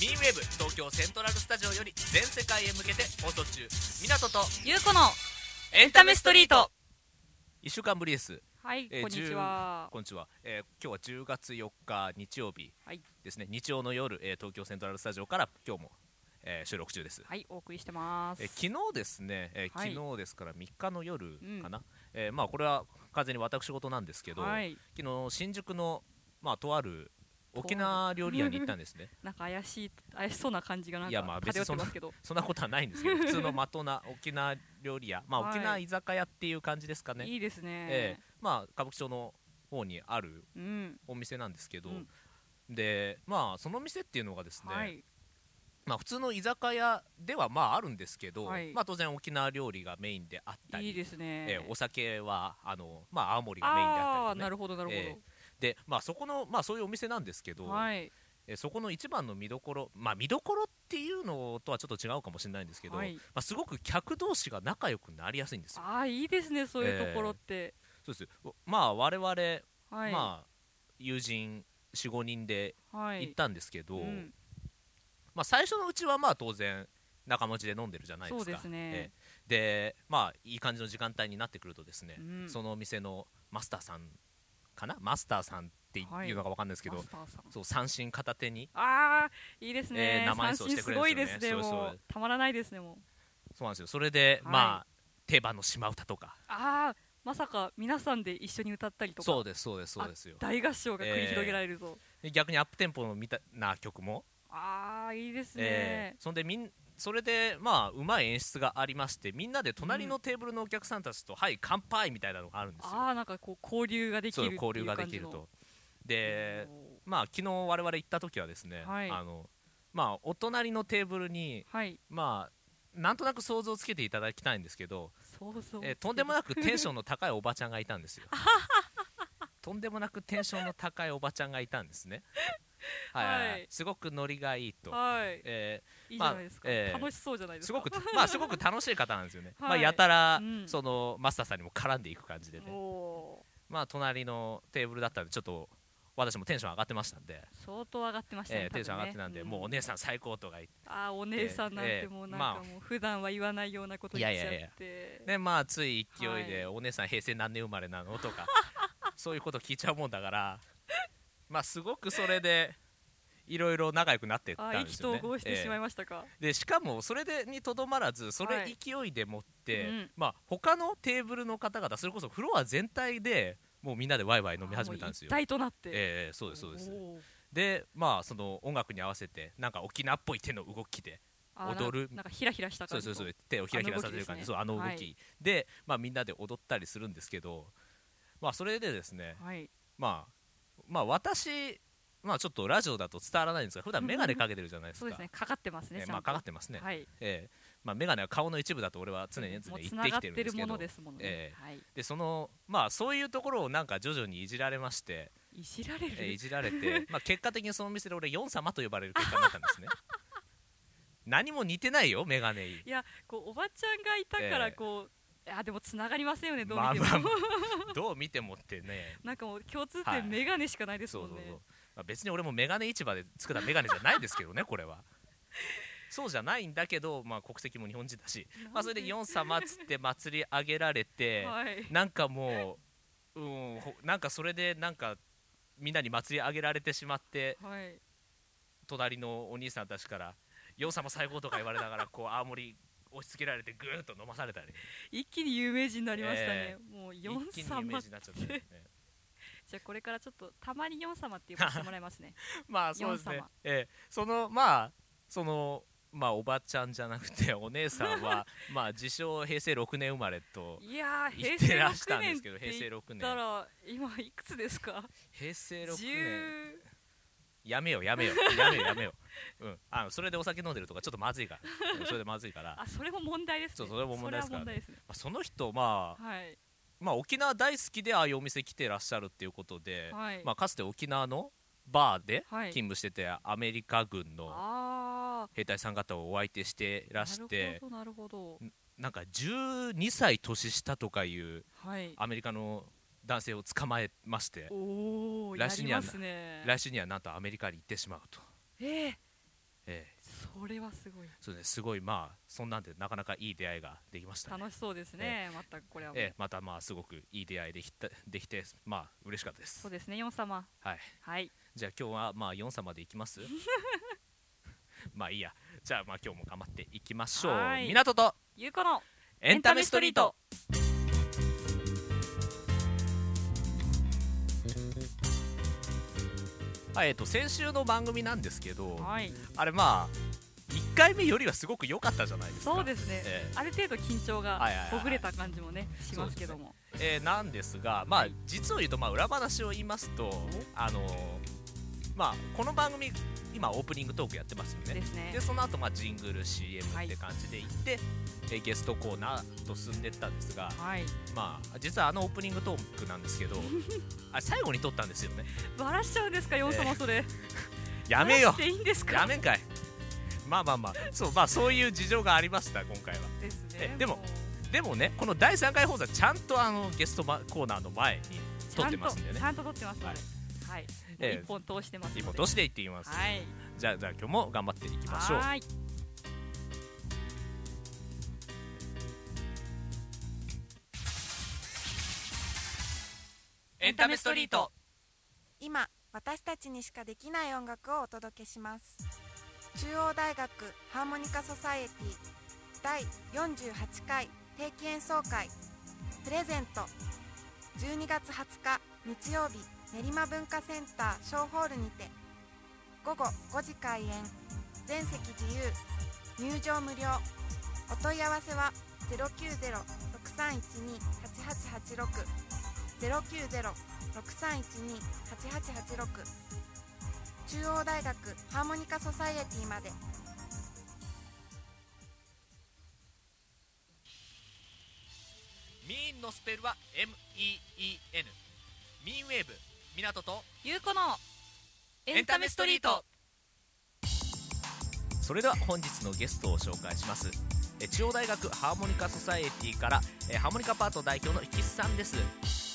ミンウェブ東京セントラルスタジオより全世界へ向けて放送中港とゆうこのエエンタメストリート1週間ぶりですはい、えーこんにちはこんにちは、えー今日は10月4日日曜日はい、ですね日曜の夜、えー東京セントラルスタジオから今日も、えー収録中です、はい、お送りしてますえー昨日ですね、えーはい昨日ですから3日の夜かな、えーまあこれは完全に私事なんですけど、はい、昨日新宿のまあとある沖縄料理屋に行ったんですねなんか怪しい怪しそうな感じがなんいやまあか別に漂っそてんなますけどそんなことはないんですけ ど普通のまとな沖縄料理屋まあはい沖縄居酒屋っていう感じですかね、いいですね、ええまあ歌舞伎町の方にあるうんお店なんですけど、うんでまあその店っていうのがですね、はい、まあ普通の居酒屋ではまああるんですけど、はいまあ当然沖縄料理がメインであったりいいですね、ええお酒はあのまあ青森がメインでああったーりとなねるほどなるほど、えでまあそこのまあそういうお店なんですけど、はいえーそこの一番の見どころ、まあ、見どころっていうのとはちょっと違うかもしれないんですけど、はいまあ、すごく客同士が仲良くなりやすいんですよ。あーいいですねそういうところって、そうですおまあ我々、はい、まあ、友人45人であ、はい、行ったんですけど、うんまあ、最初のうちはまあ当然仲間内で飲んでるじゃないですか。そうですねえーでまあいい感じの時間帯になってくるとですね、うんそのお店のマスターさんかなマスターさんっていはいうのか分かんないですけど、マスターさんそう三振片手にあーいいですね、ええ生演奏三して振くすれるんごいでですよねすねもそううそうたまらないですねもうそうなんですよそれで、はいまあ定番の島唄とかああまさか皆さんで一緒に歌ったりとかそうですそうですそうですよ大合唱が繰り広げられるぞ、で逆にアップテンポのみたな曲も、ああいいですね、えーそんでみんそれでまあうまい演出がありましてみんなで隣のテーブルのお客さんたちと「はい乾杯!」みたいなのがあるんですあよあなんかこう交流ができそうるいっうていう交感じ流のができるとでまあ昨日我々行った時はですね、はいあのまあお隣のテーブルにはいまあなんとなく想像つけていただきたいんですけど、そうそう、えーとんでもなくテンションの高いおばちゃんがいたん ですよとんでもなくテンションの高いおばちゃんがいたんですねはい、はいすごくノリがいいと、 はいえいいじゃないですか、まあええ楽しそうじゃないーですすかごくまあすごく楽しい方なんですよね、はいまあ、やたら、うんそのマスターさんにも絡んでいく感じでねおーまあ隣のテーブルだったんでちょっと私もテンション上がってましたんで、相当上がってましたね、えーテンション上がってたんで、もうお姉さん最高とか言ってんああお姉さんなんええてもうなんまあかもう普段は言わないようなこと言っちゃって、いやいやいでまあつい勢いで、はお姉さん平成何年生まれなの?」とか そういうこと聞いちゃうもんだからまあすごくそれでいろいろ仲良くなっていっあたーん意で気すよ投ね。合してしまいえましたか、えでしかもそれでにとどまらずそはれい勢いで持って、うんまあ他のテーブルの方々それこそフロア全体でもうみんなでワイワイ飲み始めたんですよあ。ーもう一体となって、ええそうですそうですおーでまあその音楽に合わせてなんか沖縄っぽい手の動きであー踊るなんかなんかひらひらしたそ感うじそうそのう手をひらひらさせる感じそうああのの動動ききで,、ですねまあ、みんなで踊ったりするんですけど、まあ、それでですね、はいまあ、まあ私、まあ、ちょっとラジオだと伝わらないんですが普段眼鏡かけてるじゃないですそかうですねかかってますねえちゃんとまあ、かかってますね、はいええまあ、眼鏡は顔の一部だと俺は常に常もうにつ言っなてがきってるんてでるすけものどですものね、ええはいでその、まあ、そういうところをなんか徐々にいじられま して、いじられる、ええいじられて、まあ、結果的にその店で俺4様と呼ばれる結果になったん ですね何も似てないよ眼鏡にこうおばちゃんがいたかええらこう、あでもつながりませんよねどうまあ見ても、まあまどう見てもってね なんかもう共通はい点メガネしかないですそもうんそね、うそう、まあ、別に俺もメガネ市場で作ったメガネじゃないですけどねこれはそうじゃないんだけど、まあ、国籍も日本人だし、なんまあ、それでヨン様っつって祭り上げられて、はいなんかもう、うん、ほなんかそれでなんかみんなに祭り上げられてしまってはい隣のお兄さんたちから「ヨン様最高」とか言われながらこう青森押し付けられてぐーっと飲まされたり一気に有名人になりましたえね、もう一ヨン気にイメー様っジてになっちゃって、ね、じゃあこれからちょっとたまにヨン様って呼ばせてもらいます ねまあそうですヨンね様。ええそのまあそのまあおばちゃんじゃなくてお姉さん はまあ自称平成6年生まれといやー言平って成らした6んで年すっけどて平成言っ6た年ら今いくつですか平成6年10やめよやめよ やめよやめよ、うん、あのそれでお酒飲んでるとかちょっとまずいから、うんそれでまずいから、まあそれも問題ですねそうそれも問題ですからねそれは問題ですねあ、その人まあはいまあ沖縄大好きでああいうお店来てらっしゃるっていうことで、はい、まあ、かつて沖縄のバーではい勤務してて、アメリカ軍のああ兵隊さん方をお相手してらしてなるほどなるほどなんか12歳年下とかいうはいアメリカの男性を捕まえましておおや来週りにはますね来週にはなんとアメリカに行ってしまうと、えーええそれはすごいそうねすごいまあそんなんでなかなかいい出会いができましたね楽しそうですね、全くこれはもう、ええまたまあすごくいい出会いできたできてまあ嬉しかったですそうですねヨン様はいはいじゃあ今日はまあ4様でいきます まあいいやじゃあまあ今日も頑張っていきましょはうい港とゆうこのエンタメストリートはいえっと先週の番組なんですけどはいあれまあ1回目よりはすごく良かったじゃないですかそうですね、えある程度緊張がはいはいはいはいほぐれた感じもねしますけども、えーなんですが、まあ、実を言うと、まあ、裏話を言いますと、あのーまあ、この番組、今、オープニングトークやってますよでね。すねで、その後、まあジングル、CM はいって感じで行って、えーゲストコーナーと進んでったんですが、はいまあ、実はあのオープニングトークなんです けど、あれ最後に撮ったんですよね。バラしちゃうんですかヨン様それ、やめよバラしていいんですかやめんかいまあまあまあ、そう、まあ、そういう事情がありました、今回は。ですねえでもうでもね、この第3回放送はちゃんとあのゲストまコーナーの前にち撮ゃっんてとますんでねち。ゃんと撮ってますのではいはい、ええ一本通してますので一本通していってみます。はいじゃあじゃあ今日も頑張っていきましょうはーいエンタメストリート今私たちにしかできない音楽をお届けします中央大学ハーモニカソサエティ第48回定期演奏会プレゼント12月20日日曜日練馬文化センターショーホールにて午後5時開演全席自由入場無料お問い合わせは090-6312-8886 090-6312-8886中央大学ハーモニカソサイエティまでミーンのスペルは MEEN ミーンウェーブ港とゆうこのエンタメストリートそれでは本日のゲストを紹介しますえ中央大学ハーモニカソサエティからえハーモニカパート代表の筆さんです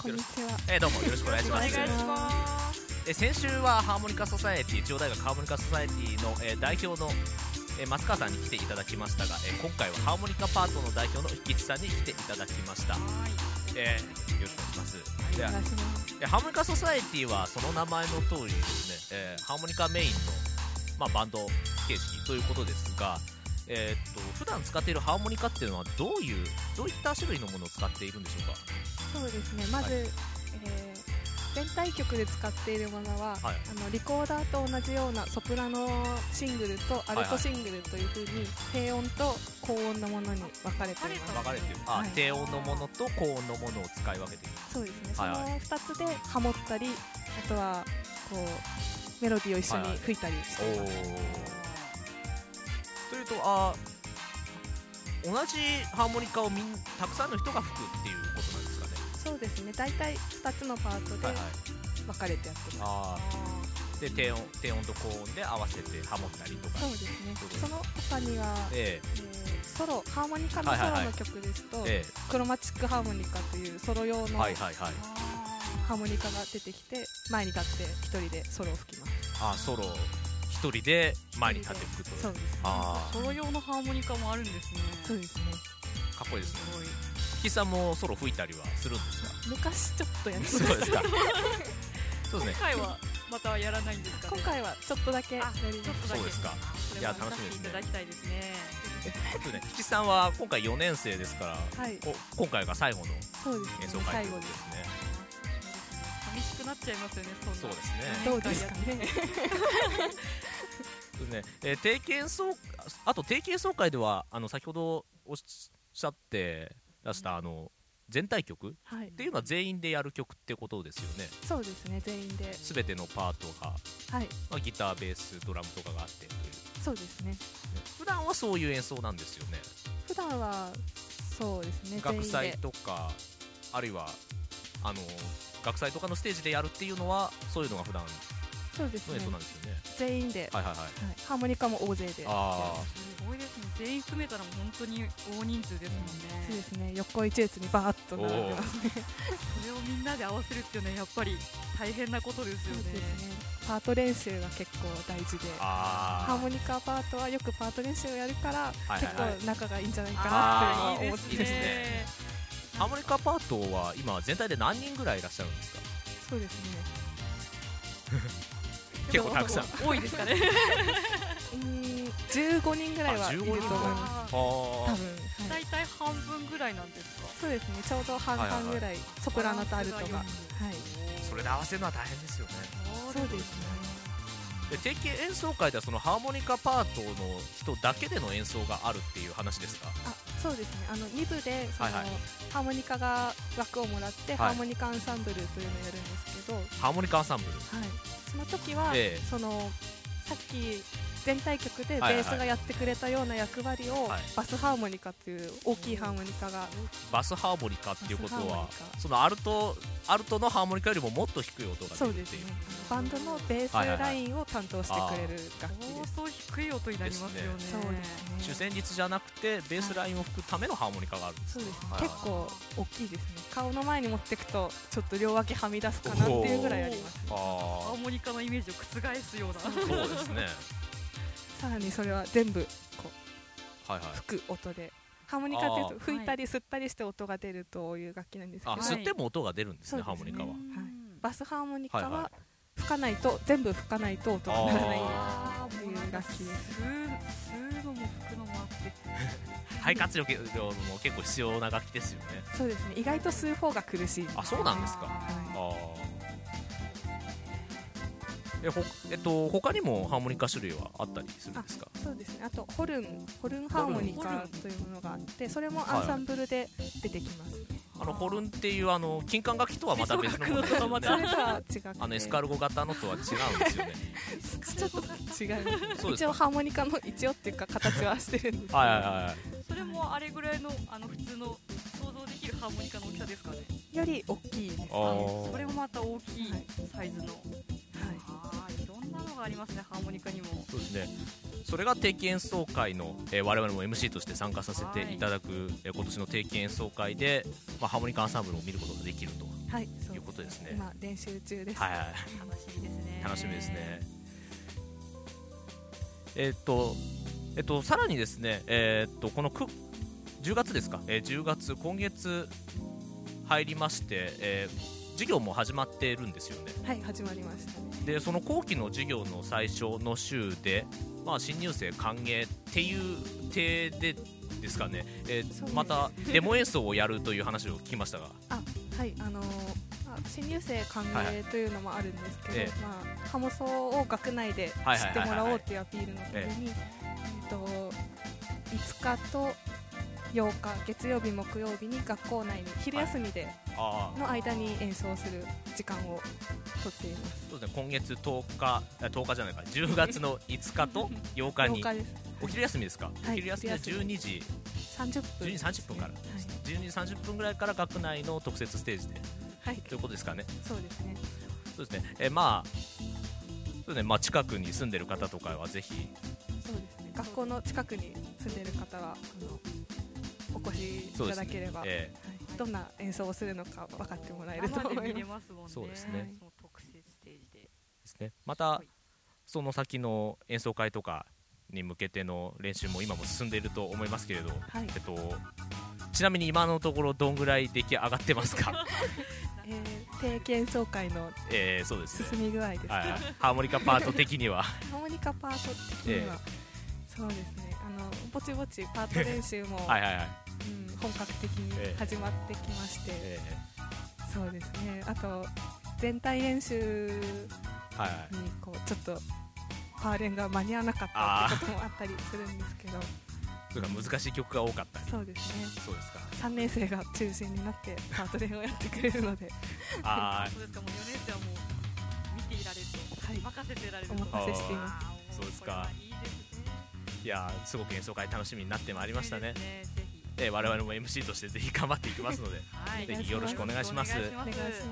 こんにちはえどうもよろしくお願いしおま願いすしますえ先週はハーモニカソサエティ中央大学ハーモニカソサエティのえ代表のえ松川さんに来ていただきましたがえ今回はハーモニカパートの代表の筆さんに来ていただきましたえー、よろしくお願いします。でえハーモニカソサエティはその名前の通りですね、えーハーモニカメインの、まあ、バンド形式ということですが、えーっと普段使っているハーモニカっていうのはどういうどういった種類のものを使っているんでしょうか。そうですねまず、はえー全体曲で使っているものは、はいあのリコーダーと同じようなソプラノシングルとアルトシングルというふうに低音と高音のものに分かれています分かれてるあ、はい低音のものと高音のものを使い分けている。そうですねそはいのはい2つでハモったりあとはこうメロディーを一緒に吹いたりしています、というとあー同じハーモニカをみんたくさんの人が吹くっていうことなんですかね。そうですね大体2つのパートではいはい。分かれてやってます、あーで低音低音と高音で合わせてハモったりとか。そうですねその他には、ええーソロハーモニカのソはいはロいはのい曲ですと、ええクロマチックハーモニカというソロ用えのはいはいはい。ハーモニカが出てきて前に立って一人でソロを吹きますあソロ一人で前に立って吹くそとう。ですあソロ用のハーモニカもあるんですねそうですねあかっこいいですね。すごいキさんもソロ吹いたりはするんですか。昔ちょっとやってまそうしです か。そうですね今。回はまたやらないんですたか、今ね、回はちょっとだけやりまちょっとだけそうですか。それいやは見楽しさみせですていねただきたいですねそうね。キさんは今回4年生ですから、すはいこ今回が最後のそうですね演奏会最ということ後でですね。寂しくなっちゃいますよねそそうんなですね。どうですかねそうですね。えー定期演奏あと定期演奏会ではあの先ほどおっしゃってらしたあの全体曲はいっていうのは全員でやる曲ってことですよねそうですね全員で全てのパートが、はいまあ、ギターベースドラムとかがあってというそうですね普段はそういう演奏なんですよね普段はそうですね全学員祭でとかあるいはあの学祭とかのステージでやるっていうのはそういうのが普段そうですのね演奏なんですよね全員ではいはいはいはいハーモニカも大勢であすごいですね全員含めたらもう本当に大人数ですもんそうでねすね横一列にバーッと並んでますそれをみんなで合わせるっていうのはやっぱり大変なことですそようねですねパート練習が結構大事であハーモニカパートはよくパート練習をやるからはい結はいはい構仲がいいんじゃないかなあっあていーいいうのは思でってすまねすハーモニカパートは今全体で何人ぐらいいらっしゃるんですかそうですね結構たくさんでも多 いですかねうーん15人ぐらいはいると思 いますあーあー多分、は大い、体半分ぐらいなんですかそうですねちょうど半々ぐらい、ソプラノとアルトがバラはンいスそれで合わせるのは大変ですよねそうですねで定期演奏会ではそのハーモニカパートの人だけでの演奏があるっていう話ですかあそうですねあの2部でその、はいはいハーモニカが枠をもらって、はいハーモニカアンサンブルというのをやるんですけど、はい、ハーモニカアンサンブルその時は、ええそのさっき全体曲でベはいはいースがやってくれたような役割を、はいバスハーモニカという大きいハーモニカがバスハーモニカっていうことバスハーモはニカそのアルトアルトのハーモニカよりももっと低い音が出そるうっですていねうバンドのベースはいはいはいラインを担当してくれる楽器です、相当低い音になりますよねですそうですね主旋律じゃなくてベースラインを吹くためのハーモニカがあるんですそうですね、はい結構大きいですね顔の前に持ってくとちょっと両脇はみ出すかなっていうぐらいありますあハーモニカのイメージを覆すようなあそうですねさらにそれは全部こはいはいう吹く音でハーモニカっていうあと吹いたり吸ったりして音が出るという楽器なんですけあど、はい吸っても音が出るんですねハーそうでモすニねカはバスハーモニカはいはは吹かないと全部吹かないと音が鳴らないあという楽器です吸う吸うのも吹くのもあって肺活力も結構必要な楽器ですよねそうですね意外と吸う方が苦しいあそうなんですかあはあえほえっと他にもハーモニカ種類はあったりするんですかいそうですねあとホルンホルンハーモニカというものがあってそれもアンサンブルで出てきます、あのホルンっていうあの金管楽器とはまた別のものです吹奏楽よのとねはそれとは違って あのエスカルゴ型のとは違うんですよねちょっと違そううです一応ハーモニカの一応っていうか形はしてるんですけどはいはいはいそれもあれぐらいのあの普通の想像できるハーモニカの大きさですかねより大きいですね。あはーそれもまた大きいはいサイズの、あーいろんなのがありますねハーモニカにもそうですねそれが定期演奏会の、えー我々も MC として参加させていただく、えー今年の定期演奏会で、まあ、ハーモニカアンサンブルを見ることができるとい、はい、そういうですことですね。今練習中です。はいはい、楽しみですね楽しみですね。えーっと、えっと、さらにですね、えーっと、このく10月ですか、えー10月、今月入りまして、えー授業も始まってるんですよね。はい、始まりました。で、その後期の授業の最初の週で、まあ、新入生歓迎っていう体でですかね、えーそうですまたデモ演奏をやるという話を聞きましたが、はい、あのーまあ新入生歓はい迎というのもあるんですけど、えまあハモソを学内ではい知はいはいってはいもらおうというアピールのために、えっと5日と8日月曜日木曜日に学校内に昼休みであの間に演奏する時間をとっています。そうですね、今月10日、あ10日じゃないか、10月の5日と8日8に日です。お昼休みですか、はいお昼休みは昼休12み時30分。 12時30分から、は12時30分ぐらいから学内の特設ステージでい。はいということですかねそうですね。そうですねえーまあそうねまあ、近くに住んでる方とかはぜひそうですね。学校の近くに住んでいる方はあのお越しいただければ、えはいどんな演奏をするのか分かってもらえると生思でい見れまますもんねそうですねその特設ステージでーですね、またはいその先の演奏会とかに向けての練習も今も進んでいると思いますけれど、す。はいえ。っと、ちなみに今のところどんぐらい出来上がってます か、えー定期演奏会のえー、そうですね進み具合ですか。はい、ハーモニカパート的にはハーモニカパート的には、そうですね。あのぼちぼちパート練習も、はいはいはい、うん、本格的に始まってきまして、えそうですね。あと全体練習ーはいはい、にこうちょっとパーレンが間に合わなかったってこともあったりするんですけどそれから難しい曲が多かったりそうですねそうですか3年生が中心になってパートレンをやってくれるので、あそうですかもう4年生はもう見ていられるとはい、任せてられるとお任せしていますあーそうですかこれはいいですねーいやーすごく演奏会楽しみになってまいりましたねいいですねぜひえー我々も MC としてぜひ頑張っていきますの で、はいぜひよろしくお願いしますお願いしお願いします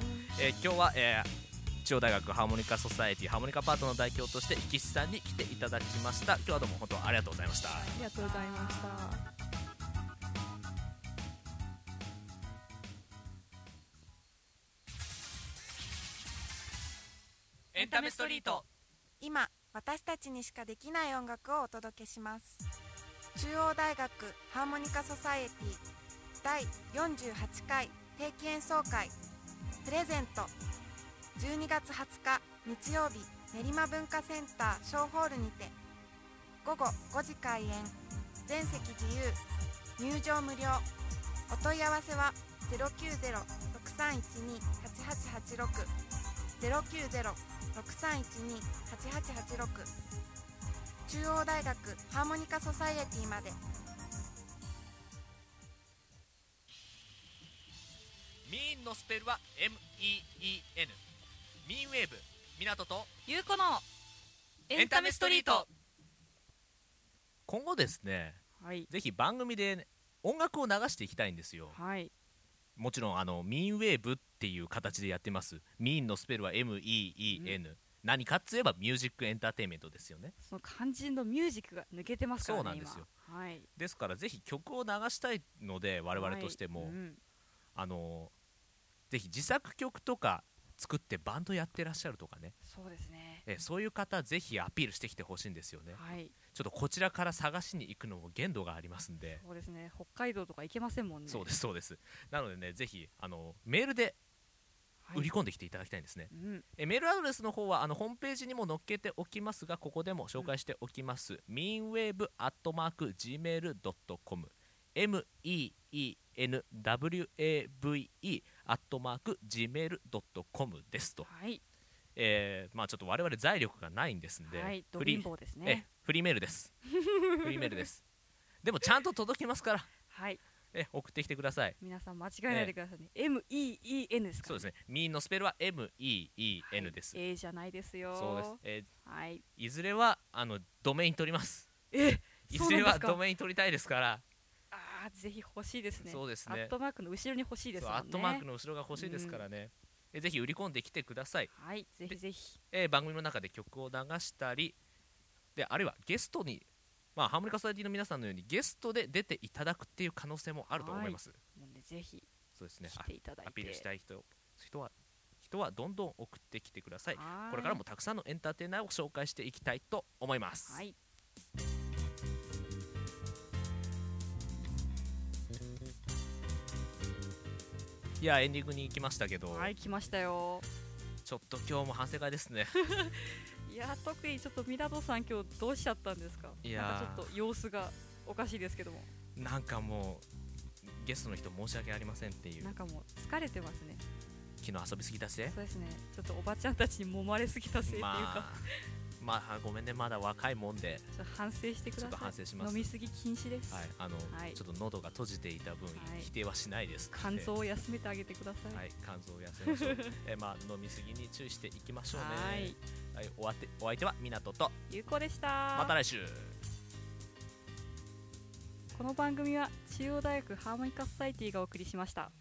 えー今日は、えー中央大学ハーモニカソサエティハーモニカパートの代表として生師さんに来ていただきました今日はどうも本当ありがとうございましたありがとうございましたタメストリート今私たちにしかできない音楽をお届けします中央大学ハーモニカソサエティ第48回定期演奏会プレゼント12月20日日曜日練馬文化センター小ホールにて午後5時開演全席自由入場無料お問い合わせは090-6312-8886 090-6312-8886中央大学ハーモニカソサイエティまでミーンのスペルは MEEN ミーンウェーブ港とゆうこのエンタメストリート今後ですねはいぜひ番組でね、音楽を流していきたいんですよはいもちろんあのミーンウェーブっていう形でやってますミーンのスペルは MEEN、何かっつえばミュージックエンターテインメントですよねその肝心のミュージックが抜けてますからねそうなんですよ今はいですからぜひ曲を流したいので我々としても、はいうんあのぜひ自作曲とか作ってバンドやってらっしゃるとかねそうですねえそういう方ぜひアピールしてきてほしいんですよねはいちょっとこちらから探しに行くのも限度がありますんでそうですね北海道とか行けませんもんねそうですそうですなのでねぜひあのメールではい売り込んできていただきたいんですね、うんえメールアドレスの方はあのホームページにも載っけておきますがここでも紹介しておきます、meanwave.gmail.com meenwave アットマーク gmail.com ですと、はいえーまあちょっと我々財力がないんですんで、はいドフ貧リ乏ですええねフリーメールです フリーメールですでもちゃんと届きますからはいえ送ってきてください皆さん間違えないでくださいね MEEN ですかそうらですねミーのスペルは MEEN です、 A じゃないですよそうです、えはいーいずれはあのドメイン取りますえい そうずれなんではすかドメイン取りたいですからあーぜひ欲しいですねそうですねアットマークの後ろに欲しいですそもうんねアットマークの後ろが欲しいですからね、えぜひ売り込んできてください、はいぜひぜひえー番組の中で曲を流したりであるいはゲストに、まあ、ハーモニカソサイティの皆さんのようにゲストで出ていただくっていう可能性もあると思います、もうねぜひそうですね来あていただいてアピールしたい人人は人はどんどん送ってきてくださいはーいこれからもたくさんのエンターテイナーを紹介していきたいと思います、はいいやエンディングに行きましたけど、はい来ましたよちょっと今日も反省会ですねいやー特にちょっとミラドさん今日どうしちゃったんですかいやーなんかちょっと様子がおかしいですけどもなんかもうゲストの人申し訳ありませんっていうなんかもう疲れてますね昨日遊びすぎたせそうですねちょっとおばちゃんたちに揉まれすぎたせいっていうか、まあまあごめんねまだ若いもんで、ちょっと反省してくだちさいょっと反省します飲みすぎ禁止です、はいあのはいちょっと喉が閉じていた分、はい否定はしないですの肝で臓を休めてあげてください、はい肝臓を痩せましょう えまあ飲みすぎに注意していきましょうねはいはい、おわてお相手は港と有効でしたまた来週この番組は中央大学ハーモニカソサイティがお送りしました